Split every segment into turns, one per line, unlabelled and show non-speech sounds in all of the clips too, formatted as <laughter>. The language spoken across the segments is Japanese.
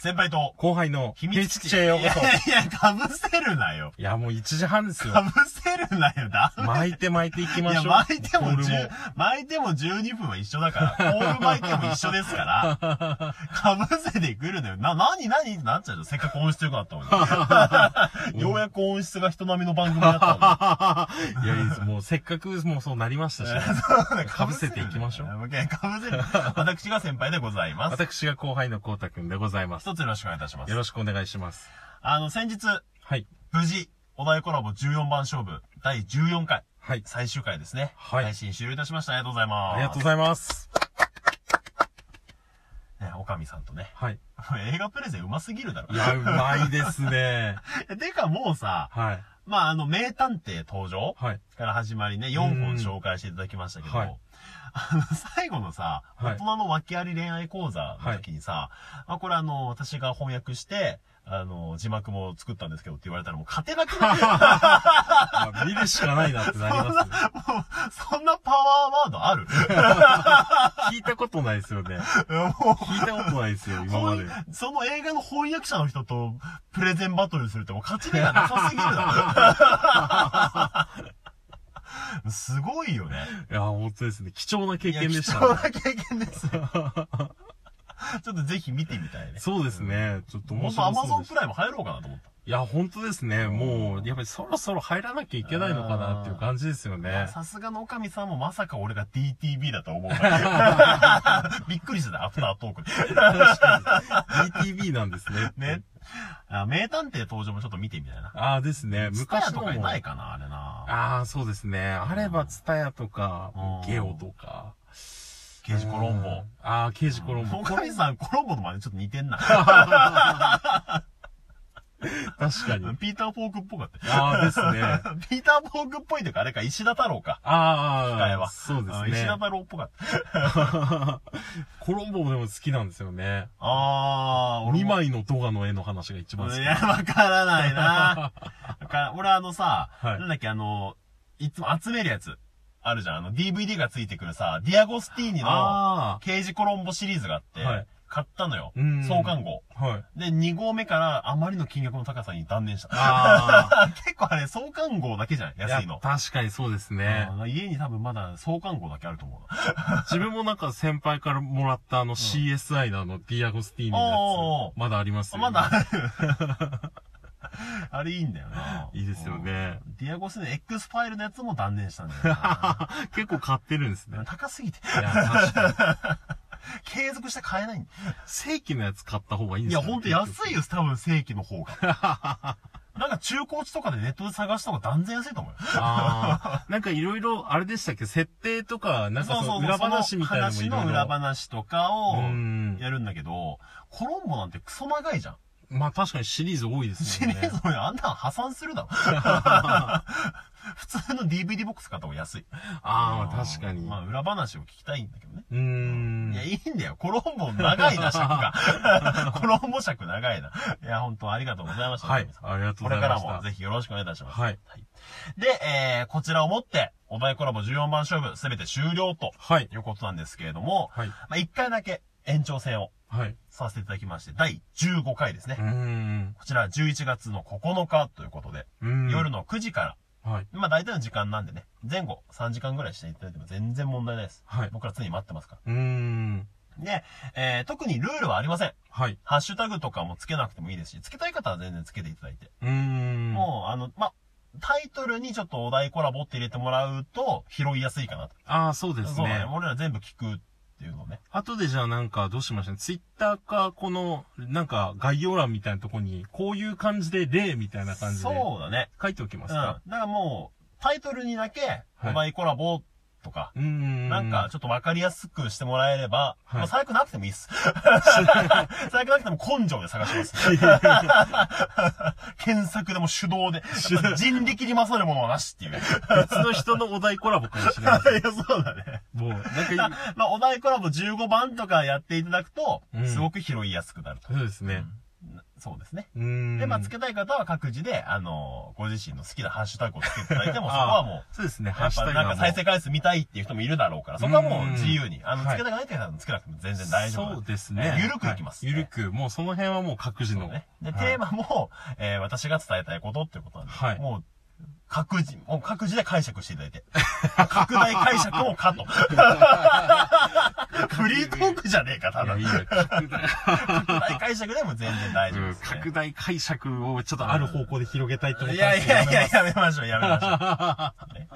先輩と、
後輩の
秘密基
基
地。
地へようこそ。
いやいや、かぶせるなよ。
いや、もう1時半です
か <laughs>
よ。
ぶせるなよ、だ。
巻いて巻いていき
い
ましょ
や、
う。
巻いても
ボール
10、巻いても12分は一緒だから、ポール巻いても一緒ですから、かぶせてくるのよ。な、なになにってなっちゃうよ。せっかく音質良くなったの
<laughs>
に。ようやく音質が人並みの番組だった
もいや、いいです。もうせっかく、もうそうなりました
<laughs>
し、
のに。
<laughs> かぶせていき
<laughs>
ましょう。
う。かぶせる。私が先輩でございます。
私が後輩のこうたくんでございます。
一つよろしくお願いいたします
よ。ろしくお願いします。
あの、先日、
はい。
無事、お題コラボ14番勝負、第14回、
はい。
最終回ですね。
はい
配信終了いたしました。ありがとうございます。
ありがとうございます。
ね、おかみさんとね。 <laughs>
はい。
映画プレゼンうますぎるだろ。
いや、うまいですね。
てかもうさ、
はい。
まあ、あの、名探偵登場
はい。
から始まりね、4本紹介していただきましたけど、
うんはい
あの、最後のさ、
は
大
い
人の訳あり恋愛講座の時にさ、まあ、これあの、私が翻訳して、あの、字幕も作ったんですけどって言われたらもう勝てなくなる。
まあ見るしかないなってなりますね。
もう <laughs> そんなパワーワードある <laughs>
聞いたことないですよね。
もう
聞いたことないですよ、今
そ
ま
う
で
いう。その映画の翻訳者の人とプレゼンバトルするってもう勝ち目がなさすぎるだろ。 <laughs> すごいよね。
いや、本当ですね。貴重な経
いや
験でし
貴重
たね。
な経験です <laughs> よ。ちょっとぜひ見てみたいね。
そうですね。ちょっと面
もっとア
白
マ
そ
ゾ
う
ン
でし
プ
た。
ライム入ろうかなと思った。
いや、本当ですね。もう、やっぱりそろそろ入らなきゃいけないのかなっていう感じですよ <laughs> ね。
さすがのおかみさんもまさか俺が DTV だとは思うから
<laughs>
びっくりしてた、アフタートークで。
確かに。DTV なんですね。
ね。。あ名探偵登場もちょっと見てみたいな。
ああですね。
昔
昔
と
の
かに
も。
ないかな、あれな。
ああ、そうですね。あれば、ツタヤとか
うん、
ゲオとか。
刑事コロンボ。
ああ、刑事コロンボ。
おかみさん、コロンボの真似ちょっと似てんな。
確かに。
ピーター・フォークっぽかった。
ああです
<laughs>
ね。
ピーター・フォークっぽいというか、あれか、石田太郎か。答え
あ
は
あ、そうです
ん石田
ね。
太郎っぽかった。
<laughs> コロンボもでも好きなんですよね。
あー、
2
も
枚のドガの絵の話が一番好き
い。や、わからない
<laughs>
な。だから俺あのさ、
はい
なんだっけ、あの、いつも集めるやつ、あるじゃん。あの、DVD がついてくるさ、ディアゴスティーニの、
あ
刑事コロンボシリーズがあって、
はい
買ったのよ
うん。
創刊号。
あ、はい。
で、2号目から、あまりの金額の高さに断念した。 <laughs>
あ
結構あれ、創刊号だけじゃん、
あ、
安いの。
確かにそうですね。
あー家に多分まだ創刊号だけあると思うな。
自分もなんか先輩からもらったあの CSI のあのディアゴスティーニの
おーお
や
ー
つ、まだあり <laughs> ますよ。
まだある。 <laughs> あれいいんだよな。
<laughs> いいですよね
うん。ディアゴスね、X ファイルのやつも断念したんだよ
<laughs>
な。
結構買ってるんです
<laughs>
ね。
高すぎて。
いや、確かに。
継続して買えないんだ
正規のやつ買った方がいいん
い
です
や、
よ
ほんと安い
い。
よ、多分正規の方が。
<laughs>
なんか中古地とかでネットで探した方が断然安いと思うよ。
ああ。なんかいろいろ、あれでしたっけ設定とか、なんか <laughs> その裏話みたいなのもい
話
ろいろ。
の裏話とかを
うん
やるんだけど、コロンボなんてクソ長いじゃん。
まあ確かにシリーズ多いです
シ
よ
リ
ね。
ーズもあんなん破産するだろ。普通の DVD ボックス買った方が安い。
ああ、確かに。
まあ、裏話を聞きたいんだけどね。
うーん。
いや、いいんだよ。コロンボ長いな、尺が。
<laughs>
コロンボ尺長いな。いや、本当ありがとうございました。
はい
皆さ。ん
ありがとう
こ
ござ
れ
い
か
ま
ら
した。
もぜひよろしくお願いいたします。
はい。
で、えー、こちらをもって、お題コラボ14番勝負、すべて終了と
はい。
いうことなんですけれども、
はい。
まあ、1回だけ延長戦を
はい。
させていただきまして、第15回ですね。
うーん。
こちら11月の9日ということで、
うーん。
夜の9時から、
はい。
まあ大体の時間なんでね、前後3時間ぐらいしていただいても全然問題ないです。
はい。
僕ら常に待ってますか
うーん。
ら。で、えー、特にルールはありません。
はい。
ハッシュタグとかもつけなくてもいいですし、つけたい方は全然つけていただいて。
うーん。
もう、あの、ま、タイトルにちょっとお題コラボって入れてもらうと、拾いやすいかなと。
ああ、そうです
そうだ
ね
ね。。俺ら全部聞くっていうのをね。
後でじゃあなんかどうしましたね。ツイッターか、この、なんか概要欄みたいなとこに、こういう感じで例みたいな感じで
そうだね。
書いておき
う
ま
ん。
す
だ
か。
からもう、タイトルにだけ、
はい
お題コラボとか、
うーん。
なん
<laughs>
か、ちょっとわかりやすくしてもらえれば、
はい
まあ、最悪なくてもいいっ
<laughs>
す。最悪なくても根性で探します。検索でも手動で、人力に勝るものはなしって
<laughs>
いう。い
別の人のお題コラボかもしれない。
や、そうだね。
もう、なんか、
まあ、お題コラボ15番とかやっていただくと
う、ん
すごく拾いやすくなると。
そうですね。
そうですね。
うーん。
で、まあ、つけたい方は各自で、あのご自身の好きなハッシュタグをつけていただい
<laughs>
ても、そこはもう、
う。そうですね、ハ
や
ッ
っ
シュ
ぱ
タグ
なん
が
か
もう
再生回数見たいっていう人もいるだろうから、そこはもう自由に。あの、
は
つ
い
けたくないっていう人はつけなくても全然大丈夫なん
そう
で。
ですね。
ゆるくいきますね
はいゆるく、もうその辺はもう各自
そう
の。
ね。で、
はい
テーマも、えー私が伝えたいことっていうことなんで、
はい
もう、各自、もう各自で解釈していただい
<laughs>
て。拡大解釈をかと。フリートークじゃねえか、ただ
い。やいや拡大
拡大解釈でも全然大丈夫
う
で
ん
す、ね。
拡大解釈をちょっとある方向で広げたいと思っ
い
たん
や
です
い
けど。
やいや、やめましょう、やめましょう。
<laughs>
ね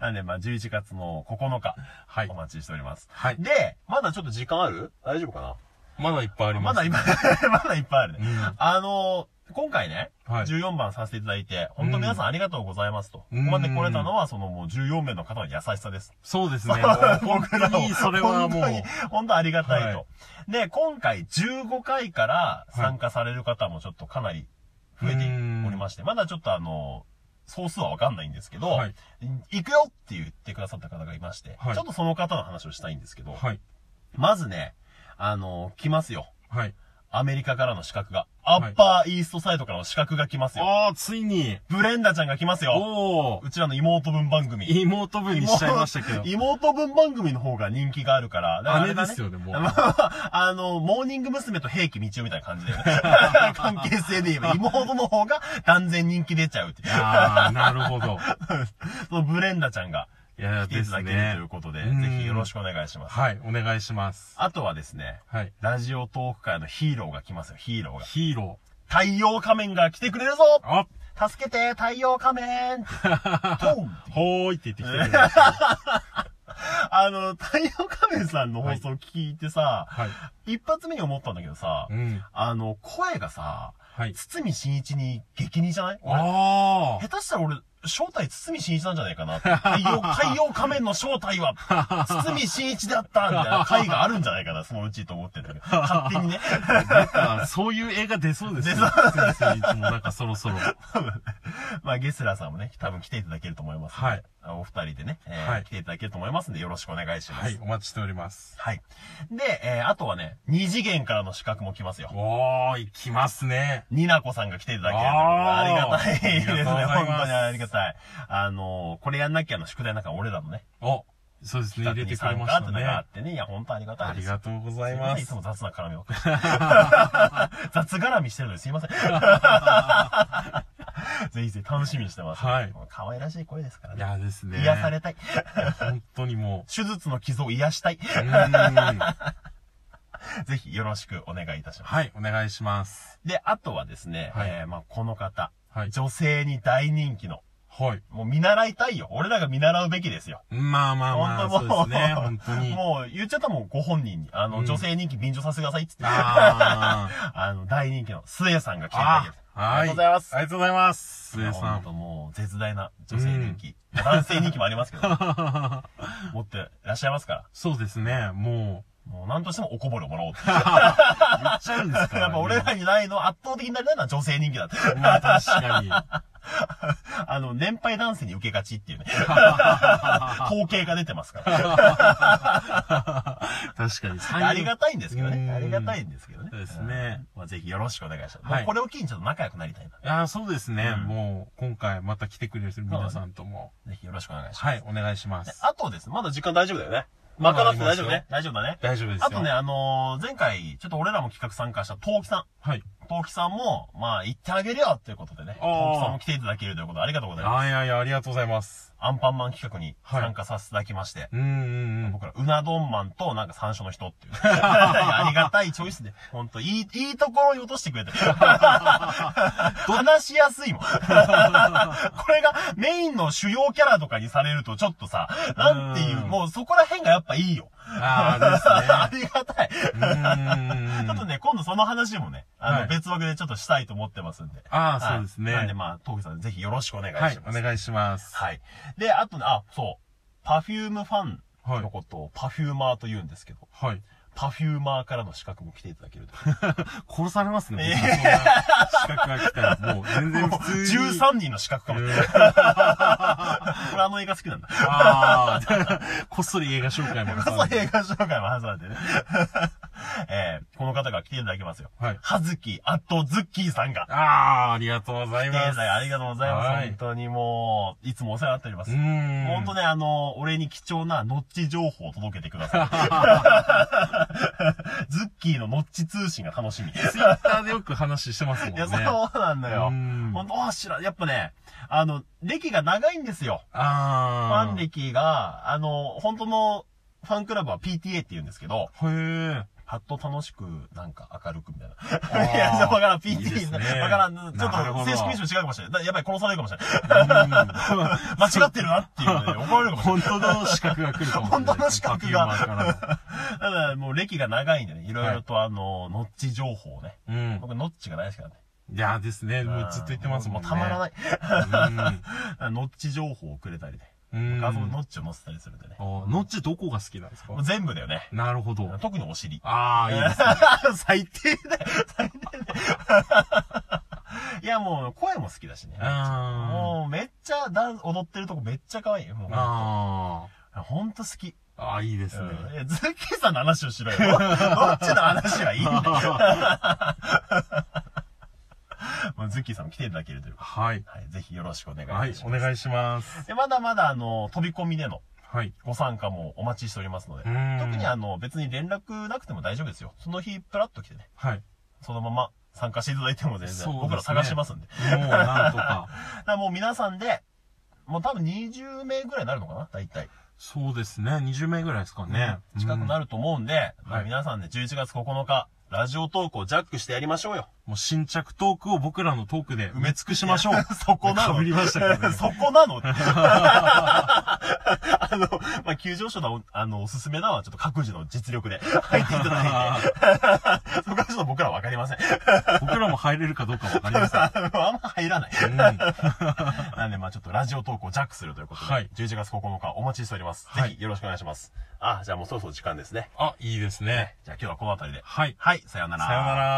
なんで、まあ、11月の9日、
はい
お待ちしております。
はい。
で、まだちょっと時間ある大丈夫か
まだいっぱいあり
な
ま。
ますだ今、 <laughs> まだいっぱいあるね。
うん
あのー、今回ね、
はい
14番させていただいて、本当皆さんありがとうございますと。ここ
うん
まで来れたのは、そのもう14名の方の優しさです。
そう <laughs> ですね。
<laughs>
もう本
僕ら
当に、それはもう
本当。に、本当ありがたいと。
は
で、今回15回から参加される方もちょっとかなり増えておりまして、まだちょっとあのー、総数はわかんないんですけど、
はい。
行くよって言ってくださった方がいまして、
はい
ちょっとその方の話をしたいんですけど、
はい。
まずね、あのー来ますよ。
はい。
アメリカからの資格が。アッパーイーストサイドからの資格が来ますよ。
ああ、ついに、
ブレンダちゃんが来ますよ。
おお
うちらの妹分番組。
妹分にしちゃいましたけど。
妹分番組の方が人気があるから。だからあれだ
姉で
ね <laughs>
すよね、もう。
あの、モーニング娘。と平気道夫みたいな感じ
<laughs>
で、ね、関係性で言えば妹の方が断然人気出ちゃうっていう。
ああ、なるほ <laughs> ど。
そのブレンダちゃんが
いや、
来てい
で
ただ
す
けるとい
ね
う。ことで、
うん
ぜひよろしくお願いします。
はい、お願いします。
あとはですね、
はい。
ラジオトーク界のヒーローが来ますよ、ヒーローが。
ヒーロ
太陽仮面が来てくれるぞ
ー。あ
助けて、太陽仮
<laughs>
面ポン
ほーいって言ってきてくれま <laughs> した。
あの、太陽仮面さんの放送聞いてさ、
はい。
一発目に思ったんだけどさ、
うん。
あの、声がさ、
はい。
堤真一に激似じゃない俺
あ
下手したら俺、正体堤真一なんじゃないかなって。太
<laughs>
陽、太陽仮面の正体は、堤真一だったみたいな回があるんじゃないかな、そのうちと思ってるんだけど。勝手にね。 <laughs>
あ。なんか、そういう映画出そうですね。
出
そう。いつもなんかそろそろ。
まあ、ゲスラーさんもね、多分来ていただけると思いますんで。
はい
お二人でね、えー
はい
来ていただけると思いますんで、よろしくお願いします。
は
はい
い、。お待ちしております。
で、えーあとはね、二次元からの資格も来ますよ。
おーい、来ますね。
ニナコさんが来ていただけるということであり
あー
がたいです
あり
ね。
がとうございます
本当にありがたい。あのーこれやんなきゃの宿題なんか俺らのね、
お、そうですね、入れてくれ
企画に参
まし
加って
た
の
ね。
があってね。いや、本当ありがた
あ
いで
り
すよ。
がとうござい
すいま
ま
せんいつ
す。
も雑な絡みを。
<laughs>
雑絡みしてるのにすいません。 <laughs> ぜひぜひ楽しみにしてます。
はい
もう可愛らしい声ですから
い
ね。
やですね。
癒されたい。
本当にも
手術の傷を癒したい。
う。うーん。
ぜひよろしくお願いいたします。
はい、お願いします。
で、あとはですね、
はい
えーまあ、この方、
はい。
女性に大人気の、
はい。
もう見習いたいよ。俺らが見習うべきですよ。
まあまあまあ、そうですね、本当に。
もう言っちゃったもん、ご本人に。あの、
うん
女性人気便乗させてくださいっつって。 <laughs>
あ
あの、大人気のスエさんが来
ー
ていただきま
あ
す。
ー、はい。
ありがとうございます
ありがとうございます。
いや
末さ
ほ
ん
ん。ともう、絶大な女性人気。男性人気もありますけど、持ってらっしゃいますから。
<laughs> そうですね、も
もう、なんとしてもおこぼれをもら <laughs>
<laughs>
おうと。
う、言っちゃうんですから、
やっぱ俺らにないの、圧倒的になりたいのは女性人気だって。
まあ確かに。
あの、年配男性に受けがちっていう
<laughs>
ね。 <laughs> 統計が出てますから。
確かに。
ありがたいんですけど
うん
ね。ありがたいんですけどね。
そうですね
うん。まあ、ぜひよろしくお願いします。
はい
もうこれを機にちょっと仲良くなりたいな。
いやー、そうですね、
うん
もう、今回また来てくれる皆さんとも。
ぜひよろしくお願いします。
はい、お願いしま。
ですあとですね、まだ時間大丈夫だよね。まかなくて大丈夫ね。大丈夫だね。
大丈夫ですよ。
あとね、。あのー前回、ちょっと俺らも企画参加した、トウキさ
はい。
ん。トウキさんも、まあ、行ってあげるよっていうことでね。
あ
ト
ー
ウキさんも来ていただけるということで、ありがとうございます。
あーいやいや、ありがとうございます。
アンパンマン企画に参加させていただきまして。
うんうんうん。
僕ら、うな丼マンと、なんか山椒の人っていう。 <laughs> ありがたいチョイスで。ほんと、いい、いいところに落としてくれて。 <laughs> 話しやすいもん。こ <laughs> れがメインの主要キャラとかにされると、ちょっとさ、なんていう、
うん
もうそこら辺がやっぱいいよ。
あ
ありがたい。
ー、ですね。う
ちょっ
ー
と
ん。
ね、今度その話もね、あの、
はい
別枠でちょっとしたいと思ってますんで。
ああ、
はい
そうですね。
なんでまあ、トークさんぜひよろしくお願いしま
は
す
い、。お願いします。
はい。で、あとね、あ、そう。パフュームファンのことをパフューマーと言うんですけど、
はい。
パフューマーからの資格も来ていただけると。
殺されますね。
ええ
僕はそんな資格が来たら、 <laughs> もう全然普通に。
13人の資格かも。こ
うん
れあの映画好きなんだ。
<laughs> ああ、こっそり映画紹介も
こそ映画紹介も挟んでね。 <laughs> えーこの方が来ていただきますよ。
はい。
はずき、あとズッキーさんが。
あー、ありがとうござい
来てい
ま
ただ
す。
きありがとうございます。
はい
本当にもう、いつもお世話になっております
う。ーん。
本当
ね。
ね、あの、俺に貴重なノッチ情報を届けてくださ
<laughs>
い。ズッキーのノッチ通信が楽しみ。い
ツイッターでよく話してますもんね。
や、そうなんだよ
う。ん
本当あ、知らん、やっぱね、あの、歴が長いんですよ。フ
あー。
ァン歴が、あの、本当のファンクラブは PTA って言うんですけど、
へー。
はっと楽しく、なんか明るくみたい
あ
な。<laughs>
ー
いや、わからん、
いいです
PTA、
ね
わからん、ちょっ
なるほ
と
ど
正式名称違うかもしれないだ。やばい、殺されるかもしれない。
うん
間違ってるなっていう
<laughs>
ので、怒 <laughs> られるかもしれない。
本当の資格が来るかもしれない。
本当の資格が
パフューマーか
だからもう歴が長いんでね、いろいろとあの、ノッチ情報をね。
らの
僕、ノッチが大好きなんで。
うん。いやーですね。もうずっと言ってますもんね。。
うたまらないい。
う
ノッチ情報をくれたりね。
ん。うん
画像ノッチを載せたりするんでね。
おのっちどこが好きなんですか
もう全部だよね。
なるほど。
特にお尻。
ああ、いいですね。
<laughs> 最低だよ。最低だよ。いや、もう、声も好きだしね。 <laughs>
あ
もう、めっちゃ、ダンス、踊ってるとこめっちゃ可愛い。も
ー
う、
あ
ほんと好き。
ー。ああ、いいですね。
うんいやズッキーさんの話を
<laughs>
しろよ。どっちの話はいいんだよ。もうズッキーさんも来ていただけるということ
はい。
ではい、ぜひよろしくお願いいたし
は
ま
い
す。、
お願いします。
で、まだまだあの、飛び込みでの
はい。
ご参加もお待ちしておりますので
う、ーん
特にあの、別に連絡なくても大丈夫ですよ。その日、プラッと来てね、
はい。
そのまま参加していただいても全
そうです
然、
ね
僕ら探してますんで。
もう、なんとか。
だからもう皆さんで、もう多分20名ぐらいになるのかな大体。
そうですね。20名ぐらいですかね。
近くな
る。
ると思うんで、まあ
はい
皆さんで11月9日、ラジオトークをジャックしてやりましょうよ。
もう新着トークを僕らのトークで埋め尽くしましょう。
<laughs>
<laughs>
そこなの。
被りましたけ <laughs> どね
<laughs> そこなのあの、まあ、急上昇の、あの、おすすめなのは、ちょっと各自の実力で入っていただ
<laughs>
いて、そこはちょっと僕らはわかりません。
僕らも入れるかどうかわかりません。
あのあんま入らない。
うんは
なんで、まあ、ちょっとラジオ投稿をジャックするということで、
はい
11月9日お待ちしております。
はい
ぜひよろしくお願いします。あ、じゃあもうそろそろ時間ですね。
あ、いいですね。
じゃあ今日はこの辺りで。
はい。
はい、さようなら。
さようなら。